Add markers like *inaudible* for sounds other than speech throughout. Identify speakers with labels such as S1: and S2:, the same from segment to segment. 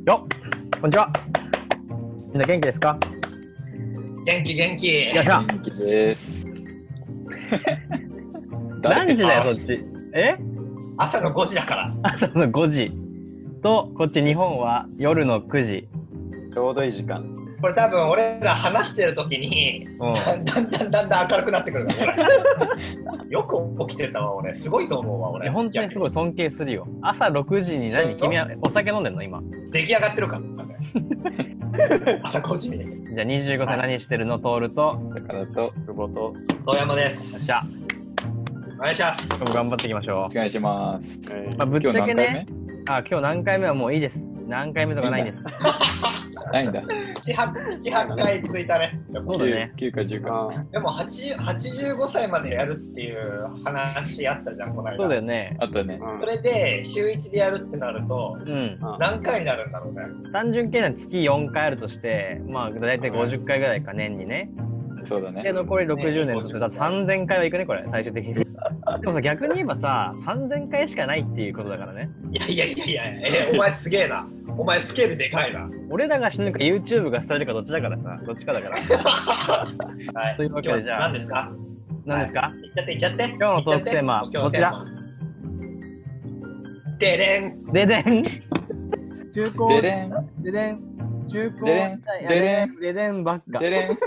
S1: こんにちは。みんな元気ですか。
S2: 元気元気
S1: よっしゃ。
S3: 元気です。
S1: 何時だよ、
S2: あ
S1: そっち。え。 *laughs*
S2: 朝の5時だから
S1: 朝の5時。と、こっち日本は夜の9時。
S3: ちょうどいい時間。
S2: これ多分俺ら話してる時に
S1: うん。
S2: だんだんだんだんだん明るくなってくるからこれよく起きてたわ俺すごいと思うわ
S1: い
S2: 俺
S1: や本当にすごい尊敬するよ。朝6時に何君はお酒飲んでんの今。
S2: 逆に出来上がってるからね朝5時に
S1: じゃあ25歳何してるの徹と。よ
S3: 高田と久保とお
S2: 遠山で
S1: っ
S2: す
S1: しゃ。
S2: お願いします
S1: 今日も頑張っていきましょう。
S3: 願いします。
S1: まあぶっちゃけね
S3: 今
S1: あ、今日何回目はもういいです。何回目とかないです。
S3: 日何回目。ないんだ。
S2: 78回続いたね
S1: そうだね。
S3: 九九か10か。
S2: でも80 85歳までやるっていう話あったじゃんこの間
S1: そうだよね。
S3: あとね。
S2: それで週1でやるってなると
S1: うん。
S2: 何回になるんだろうね
S1: 単純計算月4回あるとして、まあ大体50回ぐらいか年にね。
S3: そうだ
S1: で
S3: ね。
S1: 残り60年とすると
S2: ね
S1: 3000回はいくねこれ最終的
S3: *laughs*
S1: にでもさ逆に言えばさ3000回しかないっていうことだからね
S2: いやいやいやいや、えお前すげえな。お前スケールでかいな。
S1: 俺らが死ぬか YouTube が伝えるかどっちだからさどっちかだから
S2: はい。
S1: というわけでじゃあ
S2: 今日何ですか
S1: 何ですか
S2: いっちゃっていっちゃって。
S1: 今日のトークテーマ
S2: いっちゃって。でれん。
S1: ででん中高
S3: でれん。
S1: ででん中高
S3: でれん
S1: ででんででんばっか
S3: でれん。
S4: *laughs*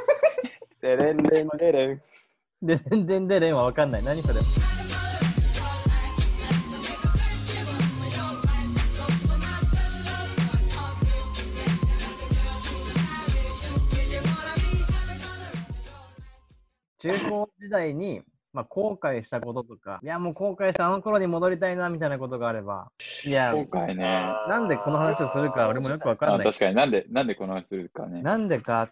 S4: デレンデンデレン。
S1: ででんでんでれんはわかんない何それ中高時代に、まあ、後悔したこととか、いや、もう後悔したあの頃に戻りたいな、みたいなことがあれば、いや、
S3: 後悔ね。
S1: なんでこの話をするか、俺もよくわか
S3: あ
S1: んない。
S3: 確かになんでなんでこの話するかね。
S1: なんでか、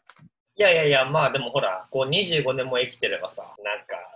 S2: いやいやいや、まあでもほら、こう25年も生きてればさ、なんか、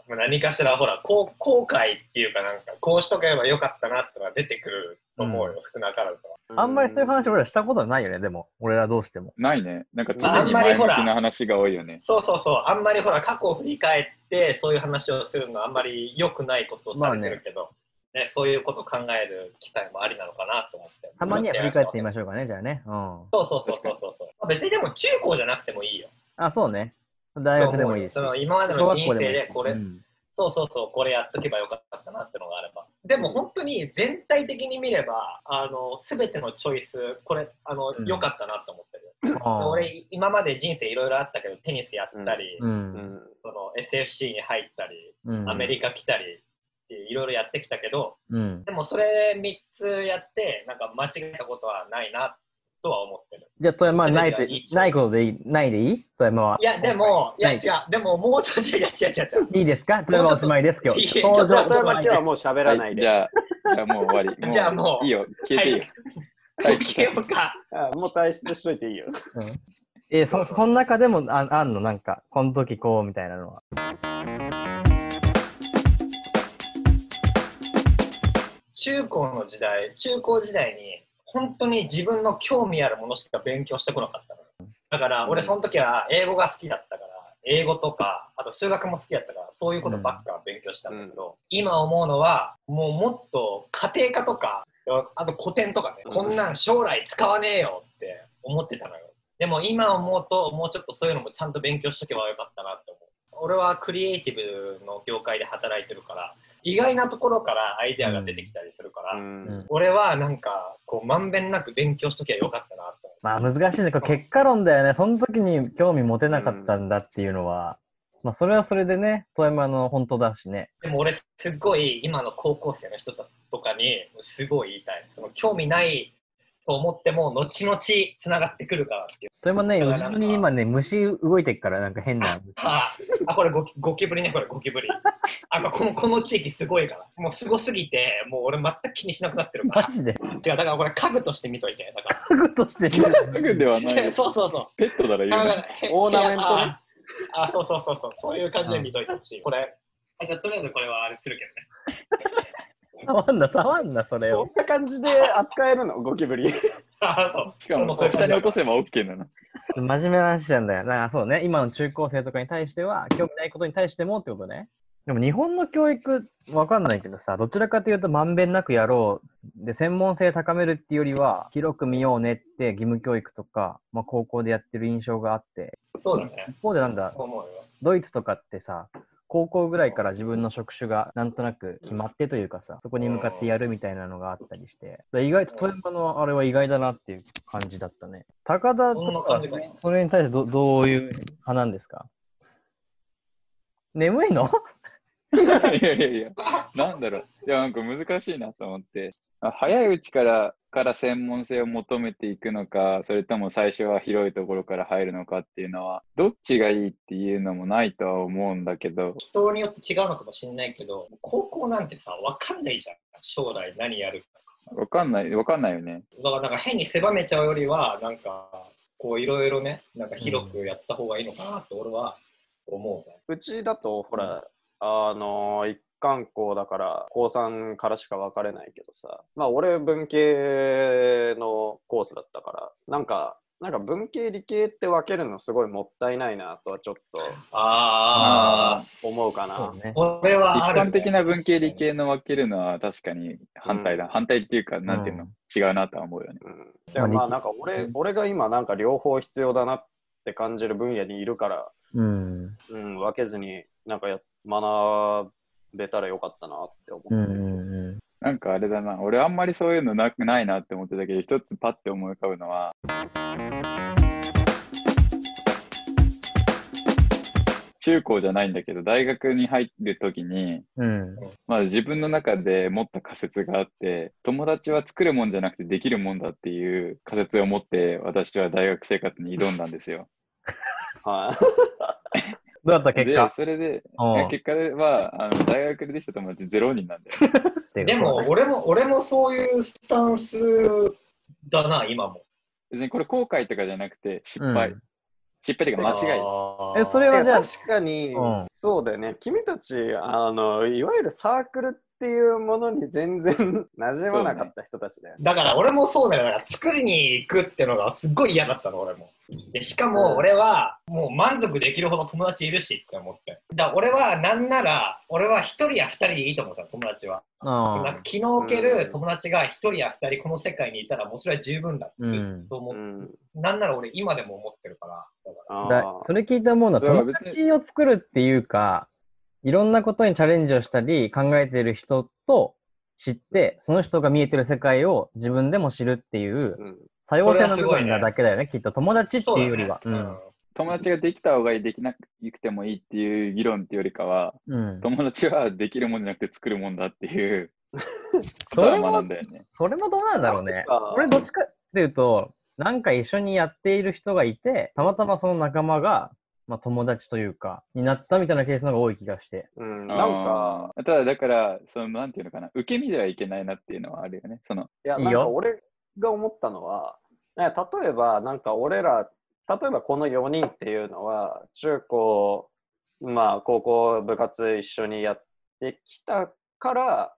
S2: まあ何かしらほら、こう後悔っていうかなんか、こうしとけばよかったなってのが出てくると思うよ、少なからずは。
S1: あんまりそういう話俺らしたことないよね、でも、俺らどうしても。
S3: ないね。なんか
S2: まああ
S3: 常
S2: ん
S3: に
S2: まり
S3: 前
S2: ほ
S3: 向
S2: ら
S3: きな話が多いよね。
S2: そうそうそう、あんまりほら、過去を振り返って、そういう話をするのはあんまり良くないことをされてるけど、ねそういうことを考える機会もありなのかなと思って。
S1: たまには振り返ってみましょうかね、じゃあね。うん。
S2: そうそうそうそうそうそう。まあ別にでも中高じゃなくてもいいよ。
S1: あ、そうね。大学でもいいし。
S2: その今までの人生でこれ、
S1: うん
S2: そうそうそう、これやっとけばよかったなってのがあれば。でも本当に全体的に見れば、あの、すべてのチョイス、これ、あの
S1: う、ん
S2: 良、かったなと思ってる。
S1: あー
S2: 俺、今まで人生いろいろあったけど、テニスやったり、
S1: うん。
S2: その SFC に入ったり、
S1: うん。
S2: アメリカ来たり、いろいろやってきたけど、
S1: うん。
S2: でもそれ3つやって、なんか間違えたことはないなとは思ってる。
S1: じゃあ、富山はないと
S2: 全てはいい
S1: ないことでいい、ないでいい富山は。
S2: いや、でも、いや、
S1: な
S2: 違、
S1: いう
S2: でももうちょっと、いや、違う、違う、
S1: いいですか富山はおしまいです、今
S2: いや
S1: 日。
S2: ちょっと
S1: 登場
S2: ちょっと
S4: 今日はもう喋らな
S3: はいい。
S4: で。
S3: じゃあじゃあもう終わり。
S2: *laughs* じゃあもう
S3: いいよ。消えていいよ。
S2: 違
S3: は
S2: う。
S3: い
S2: 消えようか。
S4: あもう退出しといていいよ。
S1: えーそ、その中でもああんのなんか、この時こうみたいなのは。
S2: 中高の時代、中高時代に、本当に自分の興味あるものしか勉強してこなかったのよだから、俺、その時は英語が好きだったから、英語とか、あと数学も好きだったから、そういうことばっか勉強したんだけど、今思うのは、もうもっと家庭科とか、あと古典とかね、
S4: うん
S2: こんなん将来使わねえよって思ってたのよ。でも今思うと、もうちょっとそういうのもちゃんと勉強しとけばよかったなって思う。俺はクリエイティブの業界で働いてるから、意外なところからアイデアが出てきたりするから、
S1: うん
S2: 俺はなんかこうまんべんなく勉強しときゃよかったなと
S1: まあ難しいね。これ結果論だよね。その時に興味持てなかったんだっていうのは、まあそれはそれでね、富山の本当だしね。
S2: でも俺すっごい今の高校生の人とかにすごい言いたいその興味ないと思っても後々つながってくるからっていう
S1: 富山ね、
S2: だからな
S1: 後
S2: んか
S1: ろに今ね、虫動いてっから、なんか変な。
S2: ああこれゴキゴキブリねこれゴキブリあのこのこの地域すごいからもうすごすぎてもう俺全く気にしなくなってるか
S1: マ
S2: ら
S1: ジで。 *laughs*
S2: 違うだからこれ家具として見といてだか
S1: 家具として見る
S3: *laughs* 家具ではない
S2: ら *laughs*
S3: よ。
S2: そうそうそう
S3: ペットだろ言う
S2: あ
S3: な
S2: の。
S4: オーナメントね
S2: いやああ、そうそうそうそう、そういう感じで見といてほしい。これ、あじゃあとりあえずこれはあれするけどね。
S1: 触んな、触んな、それ
S4: こ
S1: を。
S4: んな感じで扱えるのゴキブリ。
S2: あ *laughs* そう。
S3: しかも
S2: そう
S3: 下に落とせば OK なの。
S1: 真面目な話なんだよ。なそうね、今の中高生とかに対しては、興味ないことに対してもってことね。でも日本の教育、わかんないけどさ、どちらかというとまんべんなくやろう。で、専門性高めるっていうよりは、広く見ようねって義務教育とか、まあ高校でやってる印象があって、
S2: そうだね。
S1: 一方でなんだ
S2: そ、う思うよ。
S1: ドイツとかってさ、高校ぐらいから自分の職種がなんとなく決まってというかさ、そこに向かってやるみたいなのがあったりして、で意外と富山のあれは意外だなっていう感じだったね。高田
S2: そんな
S1: と
S2: 感
S1: か
S2: じ、か。
S1: それに対してどどういう派なんですか眠いの
S3: *laughs* いやいやいや、なんだろう。いや、なんか難しいなと思って。あ早いうちから、から専門性を求めていくのか、それとも最初は広いところから入るのかっていうのは、どっちがいいっていうのもないとは思うんだけど、
S2: 人によって違うのかもしれないけど、高校なんてさ、わかんないじゃん。将来何やるかとかさ。
S3: わかんない、わかんないよね。
S2: だからなんか変に狭めちゃうよりは、なんか、こういろいろね、なんか広くやった方がいいのかなって俺は思うね。
S4: うちだと、ほら、あのー一貫校だから、高3からしか分かれないけどさ、まあ、俺、文系のコースだったから、なんか、なんか文系、理系って分けるのすごいもったいないなとはちょっ
S2: あ
S3: あ
S4: と思うかな。
S1: そうね。
S2: これはあ
S3: 一
S2: るね、
S3: 般的な文系、理系の分けるのは確かに反対だ。反対っていうか、なんていうの、
S1: うん
S3: 違うなとは思うよね。
S4: うん、でもまあ、なんか俺、俺が今、なんか両方必要だなって感じる分野にいるから、
S1: うん。
S4: うん、分けずに、なんかや学べたらよかったなって思って
S1: うん
S4: る。
S1: うんうん。
S3: なんかあれだな、俺あんまりそういうのなくないなって思ってたけど、一つパッて思い浮かぶのは、中高じゃないんだけど、大学に入るときに、
S1: うん。
S3: まあ自分の中で持った仮説があって、友達は作るもんじゃなくてできるもんだっていう仮説を持って、私は大学生活に挑んだんですよ。
S4: はい。
S1: どうだった結
S3: で
S1: 果、
S3: それで、
S1: うん
S3: 結果では、あの大学でできた友達0人なんだよ。
S2: でも、俺も、俺もそういうスタンスだな、今も。
S3: 別にこれ後悔とかじゃなくて、失
S1: うん
S3: 敗。失敗というか間違い。
S2: い
S1: えそれは
S4: で
S1: じゃあ
S4: 確かに、
S1: うん
S4: そうだよね君たちあのいわゆるサークルっていうものに全然 *laughs* 馴染まなかった人たちだよね
S2: だから俺もそうだよ。だから作りに行くってのがすっごい嫌だったの、俺も。でしか
S4: うん
S2: も俺はもう満足できるほど友達いるしって思って。だから俺はなんなら、俺は一人や二人でいいと思うじゃん、友達は。そのなん
S1: あ
S2: か気の置ける友達が一人や二人この世界にいたらもうそれは十分だってずっと思
S4: う
S2: っ
S4: ん
S2: なんなら俺今でも思ってるから。だか
S1: あ
S4: あ
S1: だ
S4: ー
S1: それ聞いたもんだ
S3: だから
S1: 友
S3: 別に
S1: 達を作るっていうかいろんなことにチャレンジをしたり考えてる人と知ってその人が見えてる世界を自分でも知るっていう
S4: うん
S1: 多様性
S2: それは
S1: の
S2: す
S1: 部
S2: ごい
S1: 分
S2: ね
S1: なだけだよねきっと友達
S2: ら
S1: っていうよりは
S2: そうだね
S3: 友達ができた方がいい、できなくてもいいっていう議論っていうよりかは、
S1: うん、うん、
S3: 友達はできるもんじゃなくて作るもんだっていうことは学んだよね。
S1: それもどうなんだろうね
S4: あ
S1: 俺どっちかっていうとなんか一緒にやっている人がいてたまたまその仲間が、まあ、友達というかになったみたいなケースの方が多い気がして
S4: うん、なんか
S3: あーただだから、そのなんていうのかな、受け身ではいけないなっていうのはあるよね。その
S4: いや
S1: いい
S4: な
S1: よ
S4: んか俺が思ったのはなんか例えばなんか俺ら例えばこの4人っていうのは中高まあ高校部活一緒にやってきたから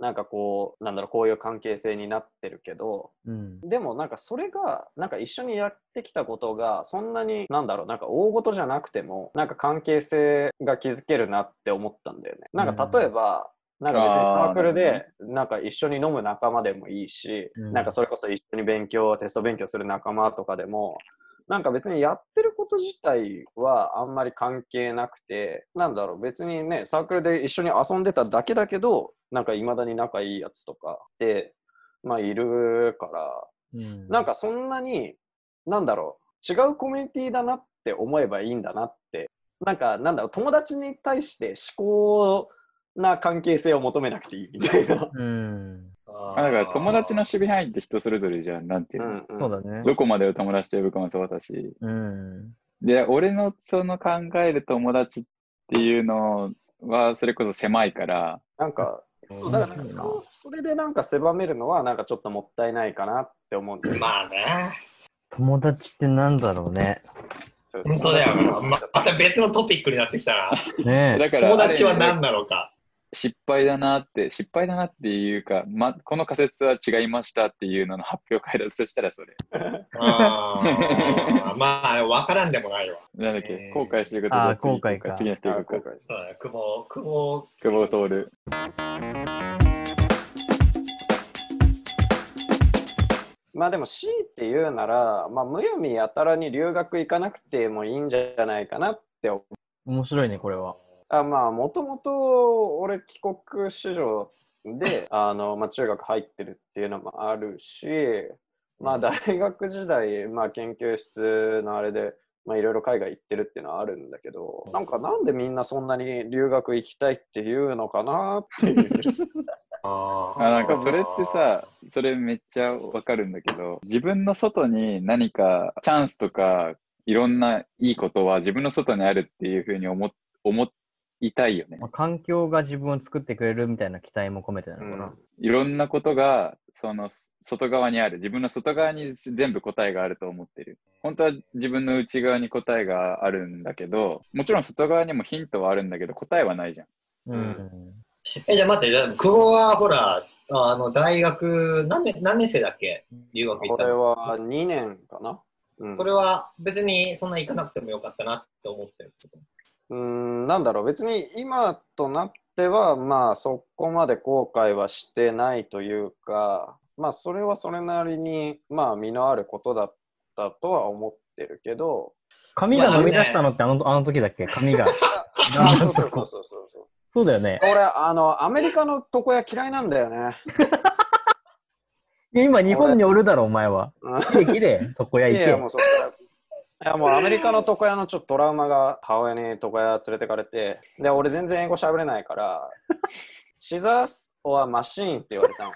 S4: なんかこうなんだろうこういう関係性になってるけど
S1: うん
S4: でもなんかそれがなんか一緒にやってきたことがそんなになんだろうなんか大事じゃなくてもなんか関係性が築けるなって思ったんだよね。なんか例えば、なんか別にサークルでなんか一緒に飲む仲間でもいいし、
S1: うん
S4: なんかそれこそ一緒に勉強テスト勉強する仲間とかでもなんか別にやってること自体はあんまり関係なくてなんだろう別にねサークルで一緒に遊んでただけだけどなんかいまだに仲いいやつとかでまあいるから
S1: うん
S4: なんかそんなに、なんだろう、違うコミュニティだなって思えばいいんだなって、なんか、なんだろう、友達に対して思考な関係性を求めなくていいみた
S1: *laughs*
S4: いな。
S1: うん
S2: あー
S3: あだから友達の守備範囲って人それぞれじゃん、なんていううの。
S4: んうん
S1: そうだね
S3: どこまでを友達と呼ぶかもそうだし。
S1: うん
S3: で、俺のその考える友達っていうのは、それこそ狭いから、
S4: なんか、そうだからなんか
S1: な
S4: そうそれでなんか狭めるのは、なんかちょっともったいないかなって思うんだよね。
S2: まあね。
S1: 友達ってなんだろうね。
S4: そう
S2: 本当だよな。ままた別のトピックになってきたな。
S1: ねえ。
S3: だから、
S2: 友達は何なのか。
S3: 失敗だなって、失敗だなっていうか、ま、この仮説は違いましたっていうのの発表会だとしたらそれ。
S4: *laughs*
S2: あーまあ、わからんでもないわ。
S3: なんだっけ、
S2: えー
S3: 後悔してること
S1: あー
S3: だ次
S1: 後悔か
S3: 次の人
S4: あ
S3: 行
S4: 後
S3: こう
S4: 悔
S3: か。
S2: そうだね、久保、久保、
S3: 久保徹。
S4: まあでも C って言うなら、まあ、むやみやたらに留学行かなくてもいいんじゃないかなって思う
S1: 面白いね、これは。
S4: あまあもともと俺帰国子女 *laughs* であの、まあ、中学入ってるっていうのもあるし、まあ、大学時代、まあ、研究室のあれでまあいろいろ海外行ってるっていうのはあるんだけどなんかなんでみんなそんなに留学行きたいっていうのかなって *laughs* いう
S2: あ
S3: あなんかそれってさ、それめっちゃわかるんだけど、自分の外に何かチャンスとか、いろんないいことは自分の外にあるっていうふうに思思いたいよね。
S1: まあ、環境が自分を作ってくれるみたいな期待も込めてな
S4: う
S1: のかな。
S4: ん
S3: いろんなことが、その外側にある。自分の外側に全部答えがあると思ってる。本当は自分の内側に答えがあるんだけど、もちろん外側にもヒントはあるんだけど、答えはないじゃん。 *laughs*
S4: *laughs*
S1: うんん。
S2: え、じゃあ待って、じゃあ久保はほら、あの、大学、何年、何年生だっけ留学行
S4: こ
S2: った
S4: れ
S2: の。
S4: は2年かな、うん、
S2: それは別にそんな行かなくてもよかったなって思ってるってこと。
S4: うーん、なんだろう、別に今となっては、まあ、そこまで後悔はしてないというか、まあ、それはそれなりに、まあ、身のあることだったとは思ってるけど、
S1: 髪が伸び出したのってあのあの時だっけ髪が。
S4: あ *laughs* そうそうそうそうそうそう。
S1: そうだよね。
S4: 俺、あの、アメリカの床屋嫌いなんだよね。
S1: 今日本におるだろ、お前は。
S4: うん
S1: 行け行け、床屋
S4: い
S1: 行
S4: やいやも
S1: け。
S4: うそっからいやもうアメリカの床屋のちょっとトラウマが母親に床屋連れてかれてで俺全然英語喋れない *laughs* から「シザース・オア・マシーン」って言われたの。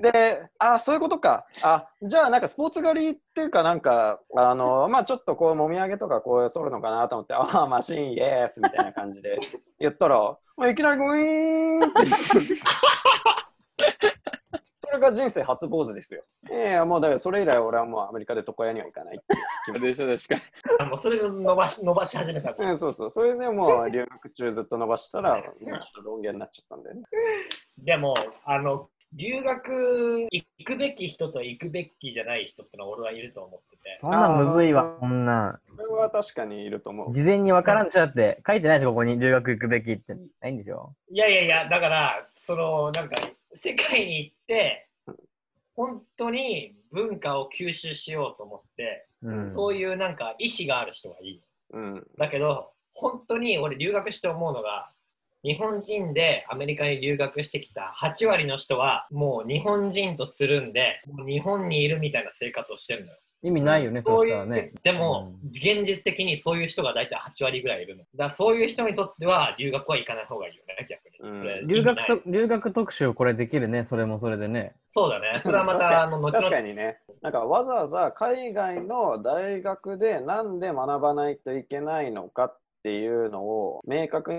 S4: で、あ、そういうことか。あ、じゃあ、なんかスポーツ狩りっていうか、なんか、あの、まあちょっとこう、もみあげとかこう、剃るのかなと思って、あ、マシーン、イエースみたいな感じで言ったら、まあいきなりグイーンってそれが人生初坊主ですよ。いやいや、もうだからそれ以来俺はもうアメリカで床屋には行かないってい
S3: あ
S4: う
S3: れでしょ、確かに。
S2: あもうそれで伸ばし、伸ばし始めたの。
S4: うんそうそう。それで
S2: *laughs*
S4: もう留学中ずっと伸ばしたら、もうちょっとロン毛になっちゃったんだよね。
S2: でも、あの、留学行くべき人と行くべきじゃない人ってのは俺はいると思ってて。
S1: そんなんむずいわ、こんなん。
S4: それは確かにいると思う。
S1: 事前にわからんちゃって、書いてないでしょ、ここに留学行くべきって。ないんでしょ
S2: いやいやいや、だから、その、なんか、世界に行って、本当に文化を吸収しようと思って、
S1: うん。
S2: そういうなんか意志がある人はいい。
S4: うん。
S2: だけど、本当に俺留学して思うのが、日本人でアメリカに留学してきた8割の人は、もう日本人とつるんで、もう日本にいるみたいな生活をしてるのよ。
S1: 意味ないよね、
S2: そ
S1: そうし
S2: い
S1: たら
S2: う、
S1: ね。
S2: でも、現実的にそういう人が大体8割ぐらいいるの。だからそういう人にとっては、留学は行かない方がいいよね、逆に。
S4: うん
S2: これ
S1: 留
S2: 意味な
S1: 学と
S2: い
S1: 留学特集、これできるね、それもそれでね。
S2: そうだね。それはまた、あの、後
S4: 確か
S2: 々。
S4: にね。なんかわざわざ海外の大学でなんで学ばないといけないのかっていうのを明確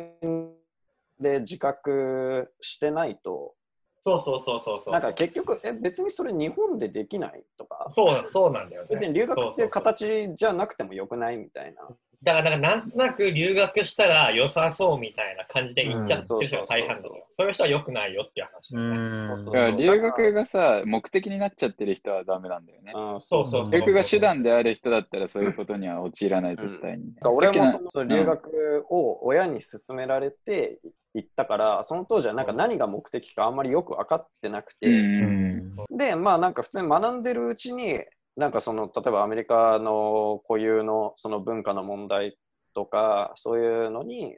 S4: で自覚してないと、
S2: そうそうそうそうそう。
S4: なんか結局、え、別にそれ日本でできないとか、
S2: そう、そうなんだよね。
S4: 別に留学っていう
S2: そうそうそう
S4: 形じゃなくてもよくないみたいな。
S2: だから、なんかなんとなく留学したら良さそうみたいな感じで行っちゃってる人が大半だよ
S4: うんそうそうそう
S2: そういう人は良くないよっていう話だよね。
S1: ん
S3: だ
S4: そう
S3: から留
S4: だから
S3: 学がさ、目的になっちゃってる人はダメなんだよね。
S4: あー
S2: そうそうそう。
S3: 留学が手段である人だったらそういうことには陥らない、絶対に。
S4: なんか俺も
S3: さっ
S4: そ
S3: き
S4: の留学を親に勧められて行ったから、その当時はなんか何が目的かあんまりよく分かってなく
S3: のう。
S4: て、
S1: うんん
S4: でまあなんか普通に学んでるうちになんかその例えばアメリカの固有のその文化の問題とかそういうのに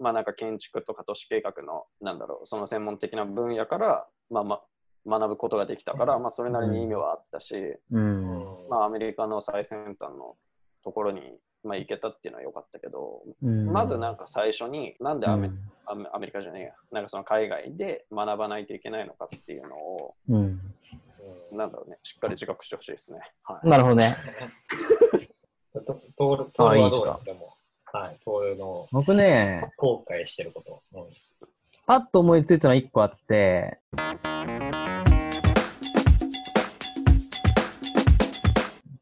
S4: まあなんか建築とか都市計画のなんだろうその専門的な分野からまあま学ぶことができたから、まあ、それなりに意味はあったし、
S1: うん。
S4: まあ、アメリカの最先端のところに、まあ、行けたっていうのは良かったけど、
S1: うん
S4: まずなんか最初になんでアメ,、
S1: うん
S4: アメアメリカじゃねえやなんかその海外で学ばないといけないのかっていうのを
S1: うん。
S2: うん
S4: なんだろうねしっかり自覚してほしいですね。はい
S1: なるほどね。
S2: とととと
S1: あいい
S2: は
S1: です
S2: ど
S1: か
S2: うだでも、はい、との
S1: 僕ね、
S2: 後悔してること。
S4: *laughs*
S2: うん
S1: パッと思いついたのは1個あって、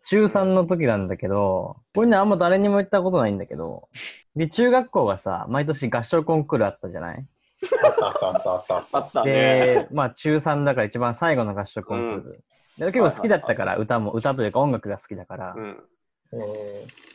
S1: 中3の時なんだけど、これね、あんま誰にも言ったことないんだけど、で、中学校がさ、毎年合唱コンクールあったじゃない
S2: あったあったあったあったあっ
S4: あったね。
S1: で、まあ中3だから一番最後の合唱コンクール。で結構好きだったから、歌も、歌というか音楽が好きだから
S4: う、ん。
S2: た。うん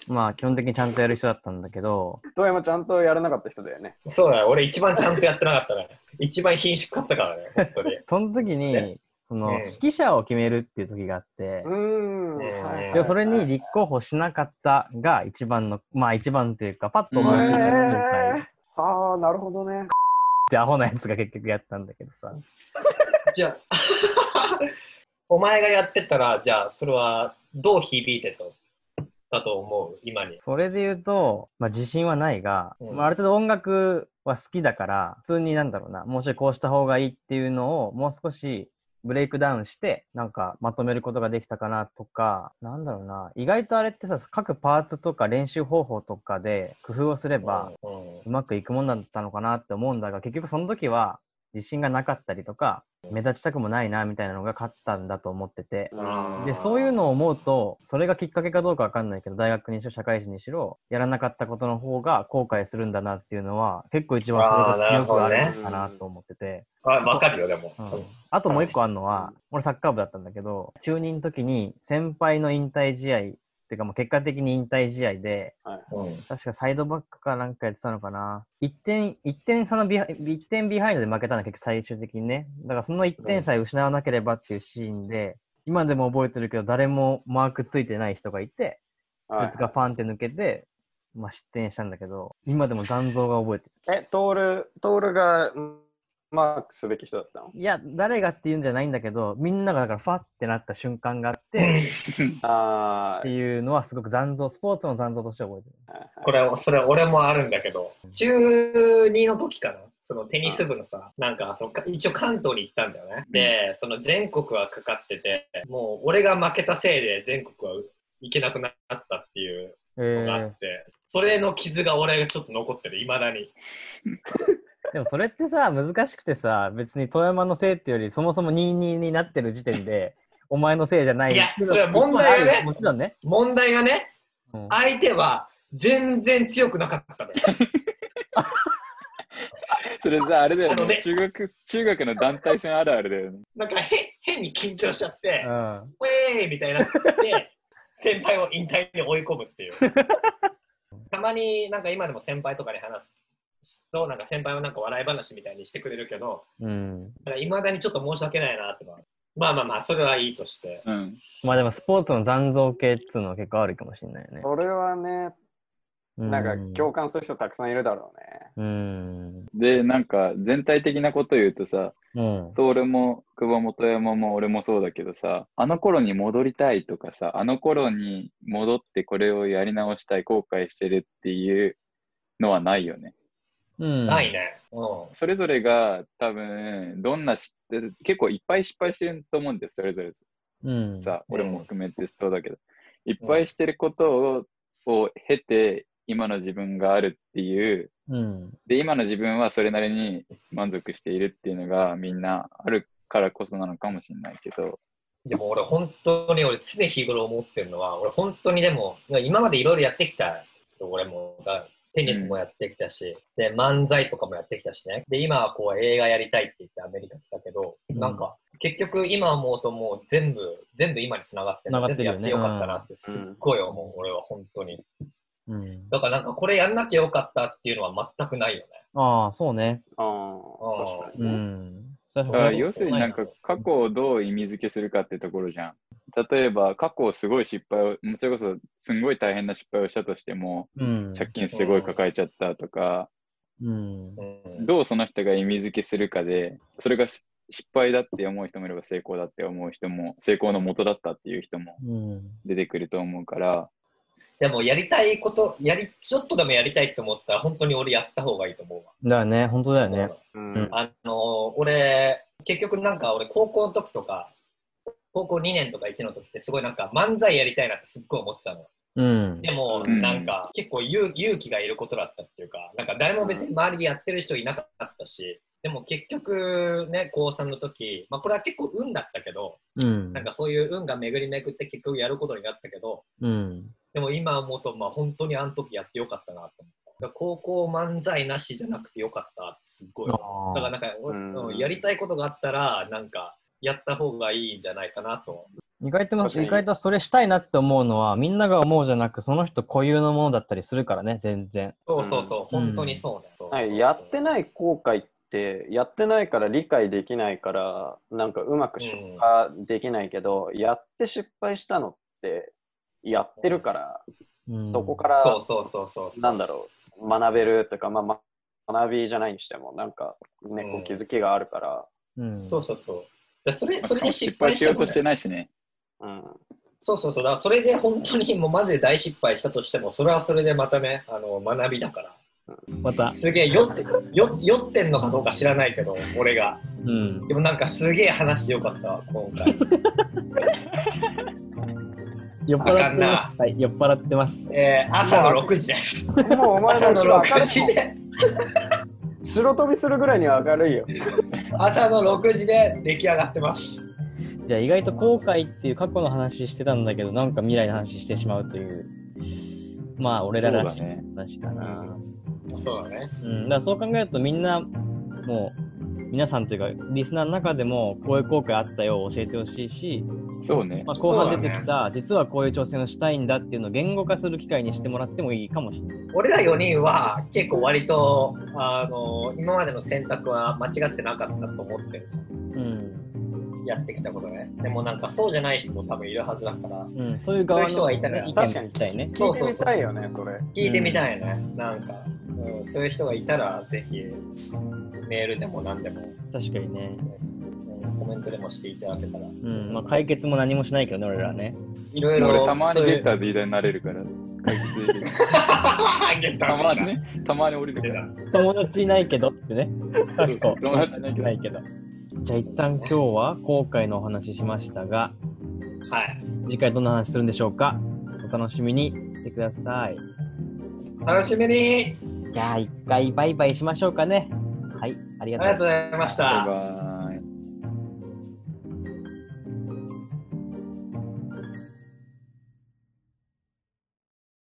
S1: まあ基本的にちゃんとやる人だったんだけど、
S4: 遠山ちゃんとやらなかった人だよね。
S2: そうだよ、俺一番ちゃんとやってなかったね。一番貧縮かったからね、本当に。
S1: その時に、その
S2: ええ
S1: 指揮者を決めるっていう時があって
S4: う、ーん。
S2: ね
S4: はいはい
S1: でもそれに立候補しなかったが一番の、まあ一番というか、パッと思いついた
S3: へ
S1: の
S4: え
S1: に
S4: ー、ああ、なるほどね。
S1: でアホなやつが結局やったんだけどさ。
S2: じゃあ、 *laughs* お前がやってたら、じゃあ、それはどう響いてとだと思う、今に。
S1: それで言うと、まあ、自信はないが、
S2: うん
S1: まあ、ある程度音楽は好きだから、普通になんだろうな、もうちょいこうした方がいいっていうのを、もう少しブレイクダウンして、なんかまとめることができたかなとか、なんだろうな、意外とあれってさ、各パーツとか練習方法とかで工夫をすれば、
S2: うん
S1: うまくいくもんだったのかなって思うんだが、結局その時は、自信がなかったりとか、目立ちたくもないなみたいなのが勝ったんだと思ってて、
S2: ん
S1: でそういう
S4: の。
S1: のを思うとそれがきっかけかどうかわかんないけど大学にしろ社会人にしろやらなかったことの方が後悔するんだなっていうのは結構一番
S2: あー
S1: それが強くあ
S2: な
S4: る
S1: る
S4: ほどね
S1: かなと思ってて、
S2: あ、わかるよ、でも。
S1: うん
S2: そう
S1: あともう一個あるのは俺サッカー部だったんだけど中2の時に先輩の引退試合っていうかもう結果的に引退試合で
S2: うん
S1: 確かサイドバックかなんかやってたのかな1点1点差のビハ1点ビハインドで負けたの結局最終的にねだからその1点さえ失わなければっていうシーンで、今でも覚えてるけど誰もマークついてない人がいてそ
S4: はい
S1: いつがパンって抜けて、まあ、失点したんだけど今でも残像が覚えて
S4: え、トール、トールがうんマークすべき人だったの
S1: るいや誰がっていうんじゃないんだけどみんながだからファってなった瞬間があって
S4: あ
S1: っ
S4: あ
S1: て、いうのはすごく残像スポーツの残像として覚えてる
S2: これ、それ俺もあるんだけど、中2の時かな。そのテニス部のさ、なんかそのか一応関東に行ったんだよね。で、その全国はかかってて、もう俺が負けたせいで全国は行けなくなったっていうのがあ
S1: え
S2: って、それの傷が俺がちょっと残ってる、いまだに。
S1: ー、でもそれってさ難しくてさ別に富山のせいっていうよりそもそも22になってる時点でお前のせいじゃない
S2: いやそれは問題がね
S1: もちろんね、
S2: 問題がね、
S1: うん
S2: 相手は全然強くな
S1: *laughs*
S2: かったのよ。
S3: *laughs* それさ、あれだよ
S2: あの
S3: ね
S2: ね。
S3: 中学、中学の団体戦あるあるだよね。
S2: なんかへ変に緊張しちゃって、
S1: うん
S2: ウェーイみたいになって、先輩を引退に追い込む
S1: *laughs*
S2: っていう。たまになんか今でも先輩とかに話すと、なんか先輩はなんか笑い話みたいにしてくれるけど、
S1: うん、
S2: いまだにちょっと申し訳ないなってのは。まあまあまあ、それはいいとして。
S3: うん。
S1: まあでもスポーツの残像系っつうのは結構あるかもしれないよね
S4: それはね、なん
S1: うん
S4: か共感する人たくさんいるだろうね。
S1: うん
S3: で、なんか全体的なこと言うとさ、
S1: うん
S3: と俺も久保本山も俺もそうだけどさ、あの頃に戻りたいとかさ、あの頃に戻ってこれをやり直したい、後悔してるっていうのはないよね。
S1: うん
S2: ないね。うん。
S3: それぞれが多分、どんなし、結構いっぱい失敗してると思うんです、それぞれ
S1: うん、
S3: さ、
S2: うん
S3: 俺も含めてそうだけど、いっぱいしてることをを経て、今の自分があるっていう、
S1: うん、
S3: で、今の自分はそれなりに満足しているっていうのがみんなあるからこそなのかもしれないけど、
S2: でも俺本当に俺常日頃思ってるのは俺本当にでも今までいろいろやってきた俺もだテニスもやってきたし、で漫才とかもやってきたしねで今はこう映画やりたいって言ってアメリカ来たけど、
S1: うん
S2: なんか結局今思うともう全部全部今に繋がってる
S1: 繋がってるよ
S2: 全
S1: ね
S2: 部やってよかったなってすっごい思う、俺は本当に
S1: うん、
S2: だからなんかこれやんなきゃよかったっていうのは全くないよね
S1: ああそうね
S4: あ
S2: あ
S4: あ、
S2: ー
S4: 確か
S1: う
S4: にね。
S1: んそれ
S3: だ
S1: はそ
S3: か
S1: う
S3: ら
S1: ね
S3: 要するになんか過去をどう意味付けするかってところじゃん。例えば過去をすごい失敗を、もうそれこそすごい大変な失敗をしたとしても、
S1: うん
S3: 借金すごい抱えちゃったとか、
S1: うん
S2: うん
S3: どうその人が意味付けするかで、それがし失敗だって思う人もいれば成功だって思う人も、成功の元だったっていう人も
S1: うん
S3: 出てくると思うから、
S2: でもやりたいことやりちょっとでもやりたいって思ったら本当に俺やった方がいいと思うわ
S1: だよね本当だよね
S4: うん
S2: あのー俺、結局なんか俺、高校の時とか、高校2年とか1の時って、すごいなんか漫才やりたいなってすっごい思ってたの。
S1: うん
S2: でも、
S4: うん
S2: なんか結構勇勇気がいることだったっていうか、なんか誰も別に周りでやってる人いなかったし、でも結局ね、高3の時、まあこれは結構運だったけど、
S1: うん
S2: なんかそういう運が巡り巡って結局やることになったけど、
S1: うん
S2: でも今思うと、まあ本当にあの時やってよかったなと思ったわ。から高校漫才なしじゃなくてよかったってすっごい思う。だからなんか、
S4: ん
S2: うんやりたいことがあったら、なんか、やった方がいいんじゃないかなと。
S1: 意外とま
S4: 確かに
S1: 意外とそれしたいなって思うのは、みんなが思うじゃなく、その人固有のものだったりするからね、全然。
S2: そうそうそう、本当にそうね。そうそう
S4: は
S2: そう
S4: い、やってない後悔ってやってないから理解できないからなんかうまく出荷できないけど、やって失敗したのってやってるから、
S1: うん
S4: そこから
S2: そうそうそうそうそう。
S4: なんだろう学べるというか、まあ、ま学びじゃないにしてもなんかね、
S2: うん
S4: こう気づきがあるから、
S1: うん、
S2: そうそうそう。だからそれ、
S3: まあ
S2: そ
S3: し
S2: れ
S3: かも
S2: で
S3: 失
S2: 失
S3: 敗
S2: 敗
S3: し
S2: し
S3: よ
S2: よ
S3: う
S2: う
S3: と
S2: と
S3: し
S2: しててもね
S3: ないしね。
S4: *laughs* うん、
S2: そうそうそう。だからそれで本当にもうマジで大失敗したとしても、それはそれでまたね、あの学びだから。
S1: また、
S2: すげえ酔って、酔酔ってんのかどうか知らないけど、俺が。
S1: うん。
S2: でもなんかすげえ話してよかったわ、今回。
S1: 酔っ払ってます。はい、酔っ払ってます。
S2: えー、朝の6時です。
S4: もうお前
S2: 朝
S4: た
S2: の
S4: ちは
S2: 6時で、
S4: 白飛びするぐらいには明るいよ。
S2: 朝の6時で出来上がってます。
S1: じゃあ意外と後悔っていう過去の話してたんだけど、なんか未来の話してしまうという、まあ俺ららしい
S3: そうだね
S1: 話かな。
S2: そうだね。
S1: うん、だからそう考えるとみんな、もう、皆さんというか、リスナーの中でも、こういう後悔あったよ、教えてほしいし、
S3: そうね
S1: まあ、。後半
S2: そうだ
S1: 出
S2: ね
S1: てきた、実はこういう挑戦をしたいんだっていうのを言語化する機会にしてもらってもいいかもしれない。
S2: 俺ら4人は結構割と、あの、今までの選択は間違ってなかったと思ってるんですよ。
S1: うん。
S2: やってきたことね。でもなんかそうじゃない人も多分いるはずだから、
S1: うん、そういう
S2: そうい
S1: 側
S2: う人
S1: の
S2: が
S1: 意
S2: いたら
S1: 見も
S4: 確かに
S1: 聞きたいね。
S4: 聞いてみたいよね、それ。
S2: 聞いてみたいよね。なんか、うん、そういう人がいたら、ぜひ、メールでも何でも、
S1: 確かにね。
S2: うんコメントでもしていただけたら。
S1: うん、まあ解決も何もしないけどね、俺らはね。
S2: いろいろ。
S3: 俺たまにゲッ
S2: た。
S3: ターズ飯田になれるから。解決 *laughs* できる
S2: ゲッタ
S3: たまに
S2: ね。
S3: ね、たまに降りるから。
S1: 友達いないけどってね。かっこ
S3: 友達いないけど
S1: けど。じゃあ一旦今日は後悔のお話ししましたが、
S2: はい。
S1: 次回どんな話するんでしょうかお楽しみにしてください。
S2: 楽しみに
S1: じゃあ一回バイバイしましょうかね。はい、あり
S2: あ
S1: が
S2: り
S1: とうございま
S2: が
S1: す
S2: とうございまし
S3: バ
S2: た
S3: イ。バーイ。